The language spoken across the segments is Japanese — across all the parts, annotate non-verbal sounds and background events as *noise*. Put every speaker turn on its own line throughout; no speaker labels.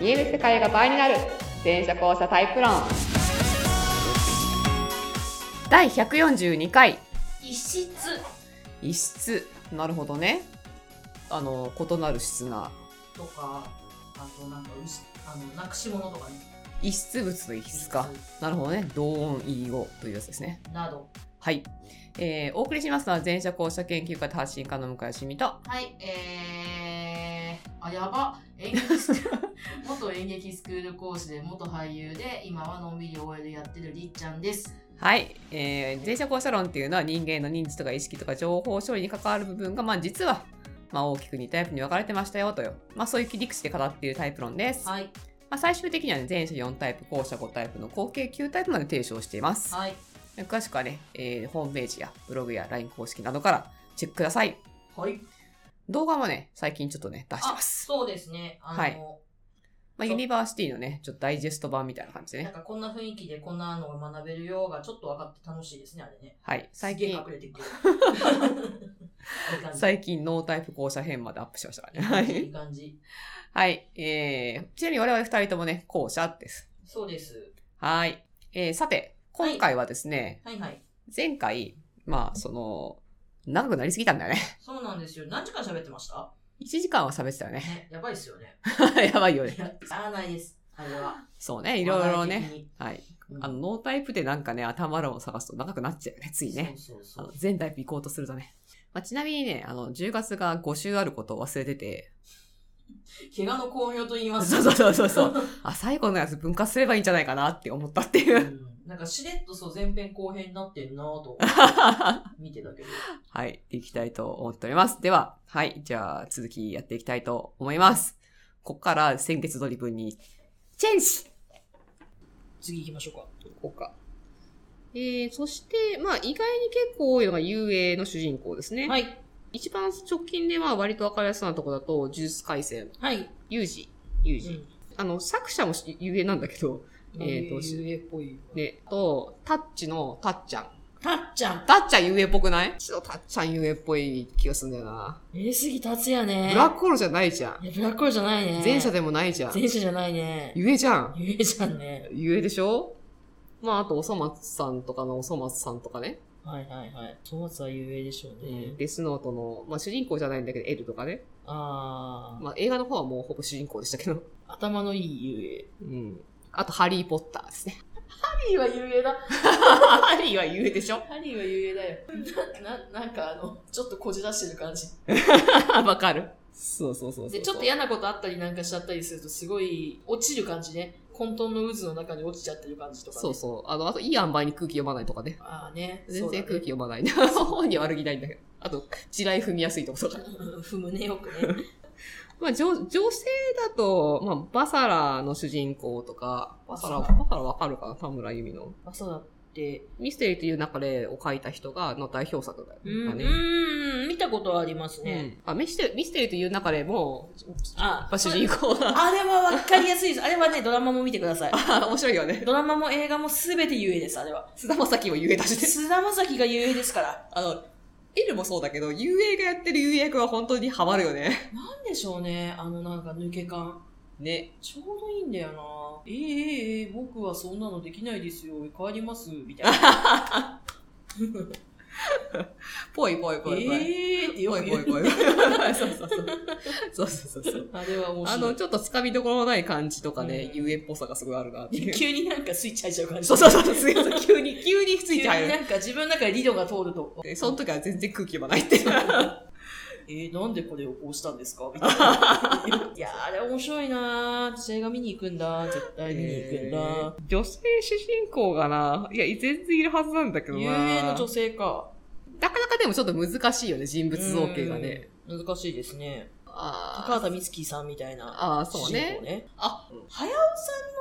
見える世界が倍になる全社交差タイプ論第142回
一室
一室なるほどねあの異なる質な
とかあとなんかうしあのなくし物とかね
一室物の一室かなるほどね同音異義語というやつですね
など
はい、えー、お送りしますのは全社交差研究家と発信家の向井しみと
はいえー、あやば演劇スク
*laughs*
ール元演劇スクール講師で元俳優で今はのんびり OL やってるりっちゃんです
はい、えー、前者後者論っていうのは人間の認知とか意識とか情報処理に関わる部分が、まあ、実は、まあ、大きく2タイプに分かれてましたよという、まあ、そういう切り口で語っているタイプ論です、
はい
まあ、最終的には、ね、前者4タイプ後者5タイプの合計9タイプまで提唱しています、
はい
詳しくはね、えーホームページやブログや LINE 公式などからチェックください
はい
動画もね最近ちょっとね出して
あ
ます
そうですねあの、
はいまあ、
そう
ユニバーシティのねちょっとダイジェスト版みたいな感じで
なん
ね
かこんな雰囲気でこんなのが学べるようがちょっと分かって楽しいですねあれね
はい最
すげ
近
え隠れてきてる
*laughs*
いい感じ
最近ノータイプ後者編までアップしましたからねはいい
い感じ
はい。えー、ちなみに我々二人ともね、後者です。
そうです
はい。えー、さて、今回はですね、
はいはい
前回、まあ、その、長くなりすぎたんだよ *laughs* ね。
そうなんですよ。何時間喋ってました
1時間は喋ってたよね。
ね、やばいっすよ
*laughs*
ね。
やばいよね
い。や、やらないです。あれは。
そうね、 *laughs* いろいろ
話題
ね。
的に。
はい。
うん
あの、ノータイプでなんかね、頭論を探すと長くなっちゃうよね、ついね。
そうそ
あ
う
の全タイプ行こうとするとね。まあ、ちなみにね、あの、10月が5週あることを忘れてて、
そう。怪我の巧妙と言います
そう
か。
そうそうそうそう。あ、最後のやつ分割すればいいんじゃないかなって思ったっていう *laughs* う。
んなんかしれっとそう前編後編になってんなぁと
*laughs*
見てたけど。
はい、いきたいと思っております。では、はい、じゃあ続きやっていきたいと思います。ここから先月ドリブンにチェンジ
次行きましょうか。
こうか。えー、そして、まあ、意外に結構多いのが遊泳の主人公ですね。
はい。
一番直近では割とわかりやすそうなとこだと、呪術廻戦、
はい。
ユージ、ユージ。あの、作者もし遊泳なんだけど、えーと
遊泳っぽい。
ね、あと、タッチのタッちゃん。
たっちゃん。
タッちゃん遊泳っぽくないちょっとタッちゃん遊泳っぽい気がするんだよな。
えすぎ達也ね。
ブラックホールじゃないじゃん。
いやブラックホールじゃないね。
前者
で。
でもないじゃん。
前者じゃないね。
ゆえじゃん。
遊泳じゃんね。
ゆえでしょまあ、あと、おそ松さんとかのおそ松さんとかね。
はいはいはい。ト松は遊泳でしょうね。
デスノートの、まあ、主人公じゃないんだけど、エルとかね。
あー。
まあ、映画の方はもうほぼ主人公でしたけど。
頭のいい遊
う
泳。
ん。あと、ハリー・ポッターですね。
ハリーは有名だ。
*laughs* ハリーはゆえでしょ
ハリーは有名だよ。な、な、なんかあの、ちょっとこじらしてる感じ。
*laughs* わかる。そうそうそうそう
で、ちょっと嫌なことあったりなんかしちゃったりすると、すごい落ちる感じね。混沌の渦の中に落ちちゃってる感じとか、ね。
そうそう。あの、あと、いい塩梅に空気読まないとかね。
ああね。
全然空気読
を。
まない。 *laughs* 本には悪気ないんだけど。あと、地雷踏みやすいとことか。
踏むねよく *laughs* ね。
まあ、女女性だと、まあ、バサラの主人公とか、バサラ、
バ
バサ
サラ
ラわかるかな田村由美の。
まあそうだって。
ミステリーという流れを書いた人が、の代表作だよ
うん、
ね。
うん、見たことはあります
う
ね。
んあミステリーミステリーという流れも、
あ
やっぱ主人公が、
あれはわかりやすいです。あれはね、ドラマも見てください。
*laughs* 面白いよね。
ドラマも映画もすべて遊泳です、あれ *laughs* は。
菅田将暉も遊泳だしね。
菅田将暉が遊泳ですから。
あの、エルもそうだけど、遊泳がやってる遊泳役は本当にハマるよね。
なんでしょうね、あのなんか抜け感。
ね。
ちょうどいいんだよな。ええええええ僕はそんなのできないですよ。帰ります。みたい *laughs* な。
ぽいぽいぽいぽい。
ええってよ
ぽ
く
いぽ
言。
いうぽい。 *laughs* そうそうそう。そうそうそうそう。
あれは面
あ
白
の、
い。
ちょっとつかみどころのない感じとかね、
うん
遊泳っぽさがすごいあるなっていう。
急になんかスイッチ入っちゃう感じ。
そうそうそう、すいません急に、急につ
急
い
に
て入
な
る。
んか自分の中で理論が通ると。
でその時は全然空気読まないっていう。
えー、なんでこれをこうしたんですかみたいな。 *laughs* いやー、あれ面白いなー。私映画見に行くんだ。絶対見に行くんだ。
女性主人公がな、いや、全然いるはずなんだけどな。
遊泳の女性か。
なかなかでもちょっと難しいよね、人物造形がね。
うん。難しいですね。高
あー
畑充希さんみたいな。
あー、そう
主人
ね。
公ね。
あ、
早尾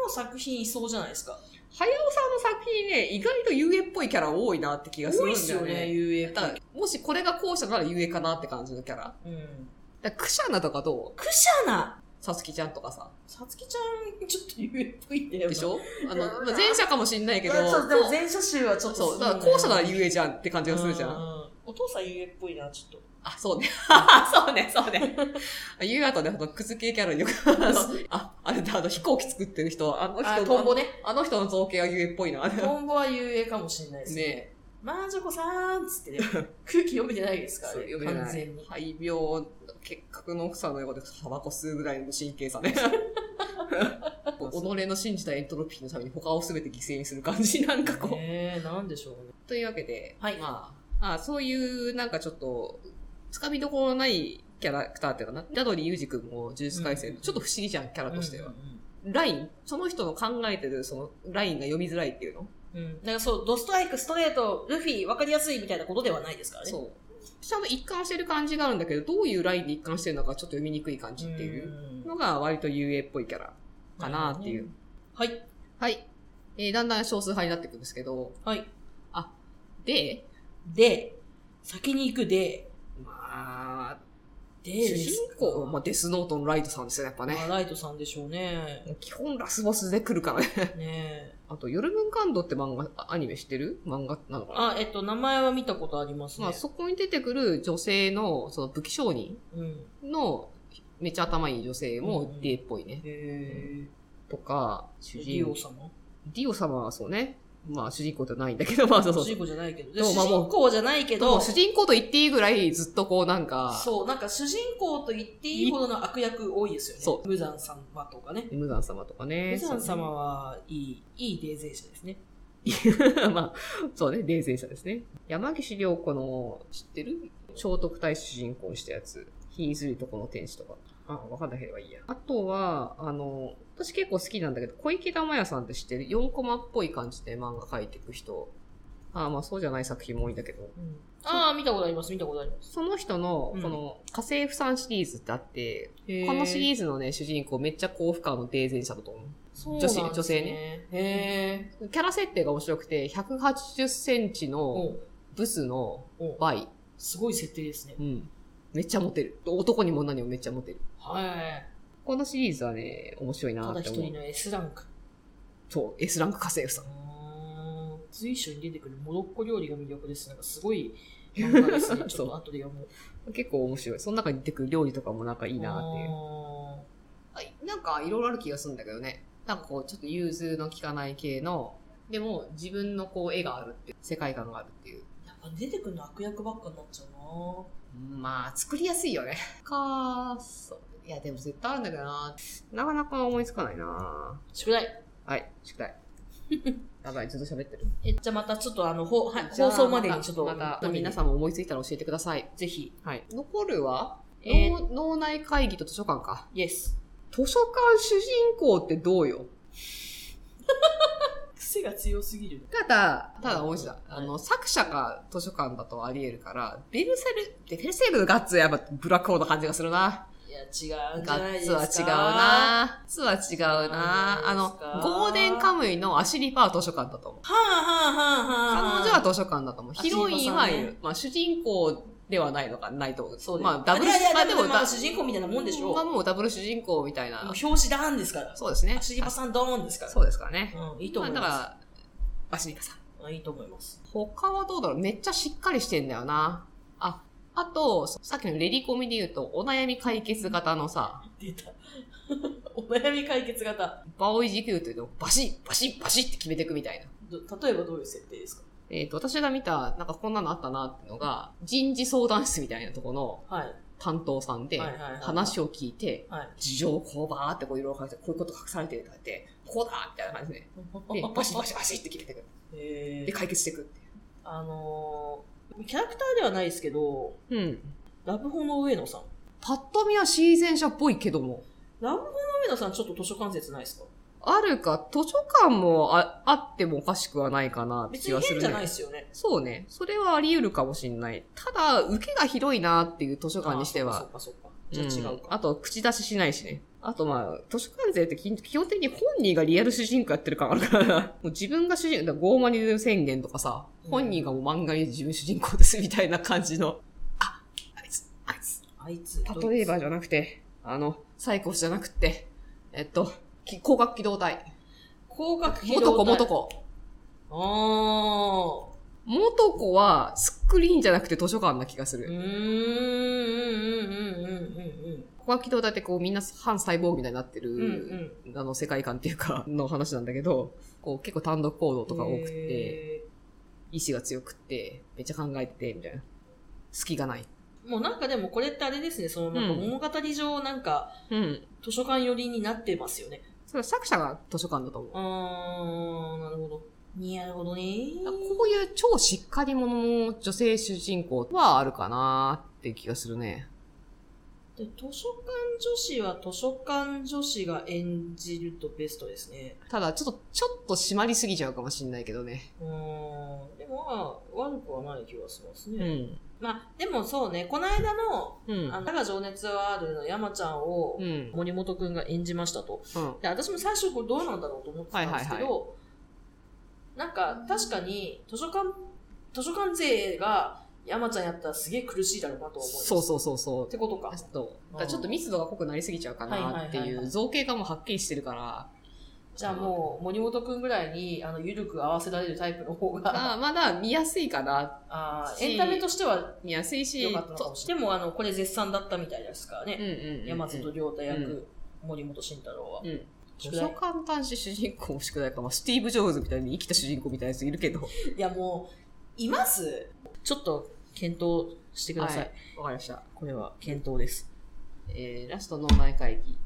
さんの作品いそうじゃないですか。
はやおさんの作品ね、意外と遊泳っぽいキャラ多いなって気がす
多
る
いっ
ん
す
だよ
よね、
ね。
遊泳
だからもしこれが後者なら遊泳かなって感じのキャラ。だか
うん。
らクシャナとかどう
クシャナ
さつきちゃんとかさ。
さつきちゃん、ちょっと遊泳っぽいんだよな。
でしょあの、まあ前者かもしんないけど。
そうでも前者集はちょっと
そう、だから後者なら
泳
遊泳じゃんって感じがするじゃん。
ん。お父さん遊泳っぽいな、ちょっと。
あ、そうね。 *laughs* そうね、そうね。言う後で、あの、くず系キャラによく *laughs* あ、あれだ、あの、飛行機作ってる人、あの
あ
人
トン
の、
ボね。
あの人の造形はゆえっぽいな。ね
トンボは遊泳かもしれないですね。
え。
マージョコさーんっつってね、空気読めてないですから
そう
ね、
読めてない
完全に。
肺病、結核の奥さんの横でタバコ吸うぐらいの神経差ね。己の信じたエントロピーのために他を全て犠牲にする感じなんかこう。
えー、なんでしょうね。
というわけで、
はい
まあ、あそういうなんかちょっと、つかみどころないキャラクターっていうかな、ダドリー・ユージ君も呪術廻戦、
うん
ちょっと不思議じゃん、キャラとしては。
うんうんうん
ライン、その人の考えてるそのラインが読みづらいっていうの、
うん、だからそう、ドストライク、ストレート、ルフィ、わかりやすいみたいなことではないですからね。う。
そう。ちゃんと一貫してる感じがあるんだけど、どういうラインで一貫してるのかちょっと読みにくい感じっていうのが割と遊泳っぽいキャラかなっていう。。
はい。
はい。えーだんだん少数派になっていくんですけど、
はい。
で、
で、先に行くで、
まあ、
で
主
です
人公は、まあ、デスノートのライトさんですよね、やっぱね
ま。あライトさんでしょうね。
基本ラスボスで来るからね。 *laughs*
ねえ
あと、夜文感動って漫画、あアニメしてる漫画なのかな
あ、えっと、名前は見たことありますね。
まあ、そこに出てくる女性の、その武器商人
うん。
の、めっちゃ頭いい女性も
うん
デっぽいね。
へ
とか、主
え。
人
リオ
公。
様
ディオ様はそうね。まあ、主人公じゃないんだけど、 *laughs* まあ、そうそう
主
そう。
人公じゃないけど。で
どう
主
まあもう
人公じゃないけ
でも
ど、
主人公と言っていいぐらい、ずっとこう、なんか、
そう、なんか主人公と言っていいほどの悪役多いですよね。
そう
無惨様とかね。
無惨様とかね。
無惨様はいい、いい霊前者ですね。
そうね *laughs* まあ、そうね、冷静者ですね。山岸涼子の、知ってる聖徳太子主人公にしたやつ。ひいずるとこの天使とか。あ、わかんなければいいや。あとは、あの、私結構好きなんだけど、小池玉也さんって知ってる ?4 コマっぽい感じで漫画描いていく人。あ、まあそうじゃない作品も多いんだけど。
ああ、見たことあります、見たことあります。
その人の
う、ん
この、家政婦さんシリーズってあって、
こ
このシリーズのね、主人公めっちゃ高負荷の低前者だと思
そう
女子
なんです
女性
ね。へえ。
う。キャラ設定が面白くて、180センチの
お
ブスの
お
バイ。
すごい設定ですね。
うん。めっちゃモテる。男にも女にもめっちゃモテる。
はい。
このシリーズはね、面白いな
ただ
って
一
思う
人。の S ランク。
そう、S ランク家政婦さ。
うんーん随所に出てくるモロッコ料理が魅力です。なんかすごい漫
*laughs*
画ですね。ちょっと後で読もう。
結構面白い。その中に出てくる料理とかもなんかい
い
いなっていう。あなんかいろいろある気がするんだけどね。なんかこう、ちょっと融通の効かない系の、でも自分のこう、絵があるっていう、世界観があるっていう。
やっぱ出てくるの悪役ばっかになっちゃうな
まあ、作りやすいよね。かそう。いや、でも絶対あるんだけどな。なかなか思いつかないな。
宿題。
はい、宿 *laughs* 題。やばい、ずっと喋ってる。
え、じゃあまたちょっとあの、ほはい放送までにちょっと。
また、皆さ
ん。
んも思いついたら教えてください。
ぜひ。
はい。残るは、
えー、
脳脳内会議と図書館か。
イエス。
図書館主人公ってどうよ
癖が強すぎる。
ただ、ただ、王子だ。あ
はい
の、作者が図書館だとあり得るから、ベルセル、でベルセルのガッツはやっぱブラックホールな感じがするな。
いや、違うんじ
ガ
ゃない
ッ
で
ツ
すか。
は違う。な。ツは違うな。あの
そうなんですか、
ゴーデンカムイのアシリパー図書館だと思う。
はあはあは
彼
あはあ。
女は図書館だと思う。
あ
ヒロインはい
アシリパーさん
る。まあ、主人公ではないのか、ないと思う。
そうです
まあ、ダブル
いやいや、
まあ
で
で
も、
も、
まあ
だ
主人公みたいなもんでしょう。
まあ
も
もうダブル主人公みたいうな。
表紙ダーンですから。
そうですね。
足リパさんドーンですから。
そうですからね。
うん、いいと思います。
まあだから、アシリカさん。
うんいいと思います。
他はどうだろうめっちゃしっかりしてんだよな。あ、あと、そさっきのレリコミで言うと、お悩み解決型のさ、
出た。 *laughs* お悩み解決型。
バオイ時給というのをバシッ、バシッ、バシッって決めていくみたいな。
ど例えばどういう設定ですか
えっ、と、私が見た、なんかこんなのあったなっていうのが、人事相談室みたいなとこの
はい。
担当さんで
はい、はいはい。
話
を。
を聞いて、
はい。
事情をこうばーってこういろいろ書いて、こういうこと隠されてるとかって、こうだみたいな感じで、で
*laughs*
バシッバシッバシッって決めていく。
え
で、
ー、
解決していくってい
あのー、キャラクターではないですけど、
う。うん。
ラブホの上野さん。
パッと見はシーゼン者っぽいけども、
ラブホの上野さんちょっと図書館説ないですか
あるか、図書館もああってもおかしくはないかなって
別
気
に
はす
変
る
じゃない
ね。
ですよね。
そうね。それはあり得るかもしれない。ただ、受けが広いなっていう図書館にして
あーそ
は
っ。かそっかそっか。じゃあ違うか。
んあと、口出ししないしね。あと、まあ、図書館勢ってき基本的に本人がリアル主人公やってる感あるから、 *laughs* もう自分が主人公、だからゴーマニズム宣言とかさ、
うん
本人がもう漫画に自分主人公ですみたいな感じの、あ、あいつ、あいつ、
あいつ。
パトレーバーじゃなくて、あの、サイコスじゃなくて、えっと、き光学機動隊。
広角機動
元子
隊
元子。
あ
元子はスクリーンじゃなくて図書館な気がす
うー
る。
ん、うん、うん、うん、
ここは起動だってこうみんな反サイボーグみたいになって
うん、うん、う
る、
ん、ん。
あの世界観っていうか、 *laughs* の話なんだけど、こう結構単独行動とか多くて、
へ
意志が強くって、めっちゃ考えてて、みたいな。隙がない。
ー。もうなんかでもこれってあれですね、そのなんか
うん
物語上なんか
うん。
図書館寄りになってますよね。
それは作者が図書館だと思う。
あー、なるほど。なるほどね。
こういう超しっかり者の女性主人公はあるかなーって気がするね。
で図書館女子は図書館女子が演じるとベストですね。
ただ、ちょっと、ちょっと締まりすぎちゃうかもしんないけどね。
うーん。でも、まあ、悪くはない気がします
う
ね。
ん。
まあ、でもそうね、この間の、
う
あの、
ん。
だが情熱はあるの山ちゃんを
う、ん。
森本くんが演じましたと。
うん。
で、私も最初これどうなんだろうと思ってたんですけど、
はいはい
なんか確かに図書館、図書館勢が山ちゃんやったらすげえ苦しいだろうなとは思います。
そうそうそうそう
っ。てことか。
そうだからちょっと密度が濃くなりすぎちゃうかなって
はいはい
い
はいは
う
い
造形がもうはっきりしてるから、
じゃあもう森本くんぐらいに、あの、ゆるく合わせられるタイプの方が、
まあ、まだ見やすいかな、
あー
し
エンタメとしては
見やすいし、
良かったのかもしれない。でも、あの、これ絶賛だったみたいですから
うん
ね。
うんうん、
山里亮太役、
う
森本慎太郎は。
うん。図
宿
書
題
館監視主人公宿題か、まあ、スティーブ・ジョーズみたいに生きた主人公みたいなやついるけど。わ
いや、もう、いますちょっと検討してください。
はかりました。
これは検討です。
えー、ラスト脳内会議。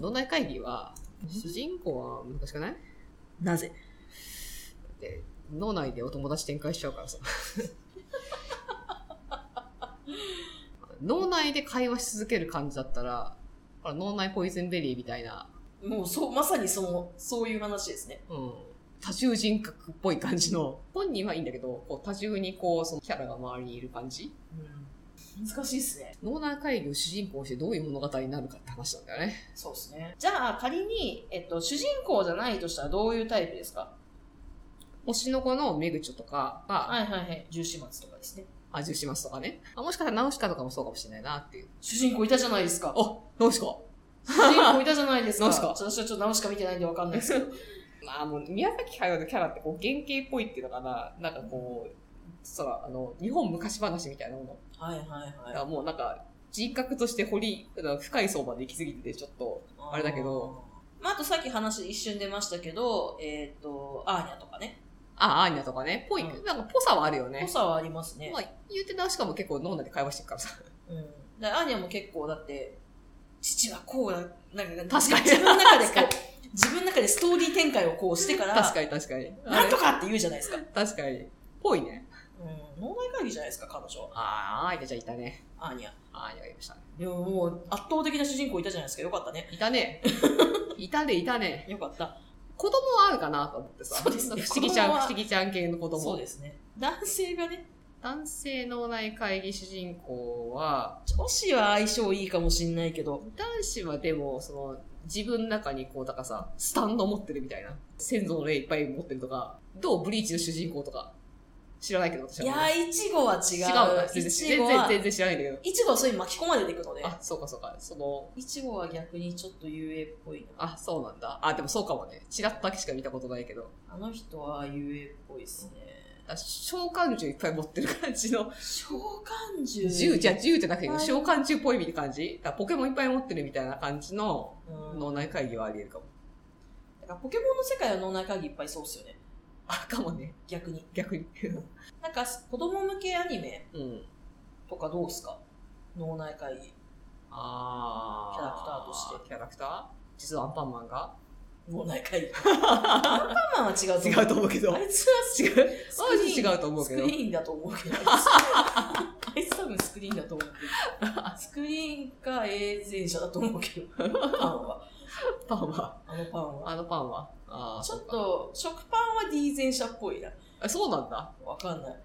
脳内会議は、主人公は難しくない
なぜ
で脳内でお友達展開しちゃうからさ。脳内で会話し続ける感じだったら、あ脳内ポイズンベリーみたいな、
もう、そう、まさにその、そういう話ですね。
うん、多重人格っぽい感じの、本人はいいんだけど、こう多重にこう、そのキャラが周りにいる感じ。
難しいですね。
脳内会議を主人公にしてどういう物語になるかって話なんだよね。
そうですね。じゃあ、仮に、えっと、主人公じゃないとしたらどういうタイプですか
星の子のメグチョとかが、
はいはいはい。重始末とかですね。
味をしますとかね。あもしかしたらナウシカとかもそうかもしれないなっていう。
主人公いたじゃないですか。
あ、ナウシカ
主人公いたじゃないですか。
ナウシカ
私はちょっとナウシカ見てないんでわかんないですけど。
まあもう、宮崎駿のキャラってこう原型っぽいっていうのかな、なんかこう、そら、あの、日本昔話みたいなもの。
*laughs* はいはい
だからもうなんか、人格として掘り、だから深い層まで行き過ぎてて、ちょっと、あれだけど。
まあ、あとさっき話一瞬出ましたけど、えっ、と、アーニャとかね。
あ、アーニャとかね、ぽい、
うん
なんかぽさはあるよ
濃
ね。
さはありますね
ま。あ、言うてなしかも結構脳内で会話してるからさ。
うん。だからアーニャも結構だって、父はこうだ、なんか、
確かに
自分の中で
確か
こう、自分の中でストーリー展開をこうしてから、
確かに確かに。あ
なん
れ
とかって言うじゃないですか。うん。
確かに。ぽいね。
脳内会議じゃないですか、彼女は。
あー、アーニャじゃいたね。
アーニャ。
アーニャがいましたね。
でももう、圧倒的な主人公いたじゃないですか。よかったね。
いた
*laughs*
ね。いたね、いたね。
よかった。
子供はあるかなと思ってさ。
そうですね
不思議ちゃん、
子
不
供は
思議ちゃん系の子供。
そうですね。男性がね、
男性脳内会議主人公は、
女子は相性いいかもしんないけど、
男子はでも、その、自分の中にこう、だからさ、スタンド持ってるみたいな。先祖の霊いっぱい持ってるとか、どうブリーチの主人公とか、知らないけど、私
い
は。
やー、いちごは違
違
う。
うな全
い
然、
ちご
全然、
は、
全然知らないんだけど。
いちごはそういう巻き込まれていくので、
あ、そうかそうか。その、
いちごは逆にちょっと遊泳っぽい
あ、そうなんだ。あ、でもそうかもね。チラッとだけしか見たことないけど。
な。あの人は遊泳っぽいですね。
あ召喚獣いっぱい持ってる感じの。
召喚獣。
銃、じゃあ銃じゃなくて、
はい
召喚獣っぽいみたいな感じだからポケモンいっぱい持ってるみたいな感じの
うん
脳内会議はあり得るかも。
だからポケモンの世界は脳内会議いっぱいそうっすよね。
あ、かもね。
逆に。
逆に。
なんか、子供向けアニメ
うん。
とかどうっすか脳内会議。
あ。
キャラクターとして
キャラクター実はアンパンマンが
脳内
*laughs*
会議。アンパンマンは違うと
違
思う。
うと思うけど。
あ
違う。
いつは
あ、ちょっと違うと思う
ス
け
ク
ど
リ。ーンだと思
*laughs*
うけど。あいつ多分スクリーンだと思うけど。スクリーンか永全者だと思うけど。パンは。
パンは。
あのパンは。
あのパンは。ああ、
ちょっ
そうか。
と、食パンは D 前者っぽいな。
あそうなんだ。
わかんない。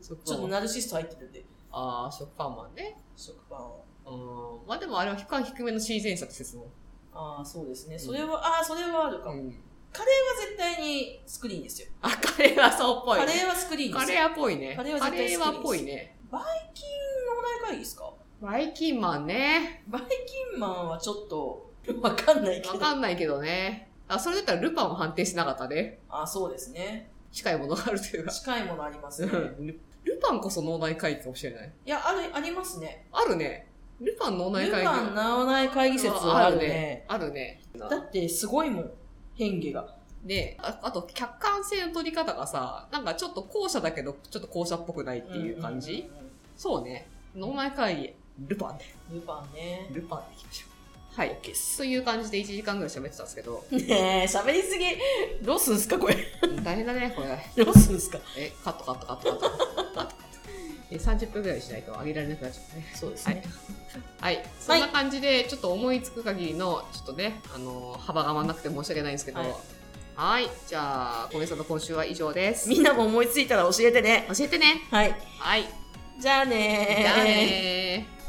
食
ちょっ
パ
と
ンマン。
ナルシスト入ってるんで、
ああ、食パンマンね。
食パンは。
うん。まあでもあれは低低めのシーゼン車って説も。
ああ、そうですね。
ん
それは、ああ、それはあるかも。
ん。
は絶対にスクリーンですよ。
あ、カレーはそうっぽい。
カレーはスクリーンで
カ
す
レ
よ。
ーはっぽいね。
カレーは絶対好きです
カレーはっぽいね。
バイキン脳内会議ですか
バイキンマンね。
バイキンマンはちょっと、 *laughs* わかんないけ
わ
ど。
かんないけどね。あ、それだったらルパンは判定しなかったね。
ああ、そうですね。
近いものがあるというか。
近いものあります
う
ね。
んルルパンこそ脳内会議かもしれない。
いや、ある、ありますね。
あるね。ルパン脳内
ル
会議。
パン脳内会議説はあるね。
あるね。あ
だ
るね。
ってすごいもん、変化が。
で、ああと、客観性の取り方がさ、なんかちょっと後者だけど、ちょっと後者っぽくないっていう感じ、
うんうんうん
そうね。脳内会議、ルパンで。
ルパンね。
ルパンでいきましょう。はい。という感じで1時間ぐらい喋ってたんですけ *laughs* ど、
ねえ、喋りすぎ。どうすんすか、これ。
大変だね、これ。
どうすんすか。
え、カットカットカットカット。カットえ30分ぐらいにしないと上げられなくなっちゃうね。
そうです
ね
ね。
はい。そんな感じで、ちょっと思いつく限りの、ちょっとね、あのー幅がまなくて申し訳ないんですけど。は
はい
い。じゃあ、小梅さんの今週は以上です。
みんなも思いついたら教えてね。
教えてね。
はい。
はい。
じゃあね
じゃあねー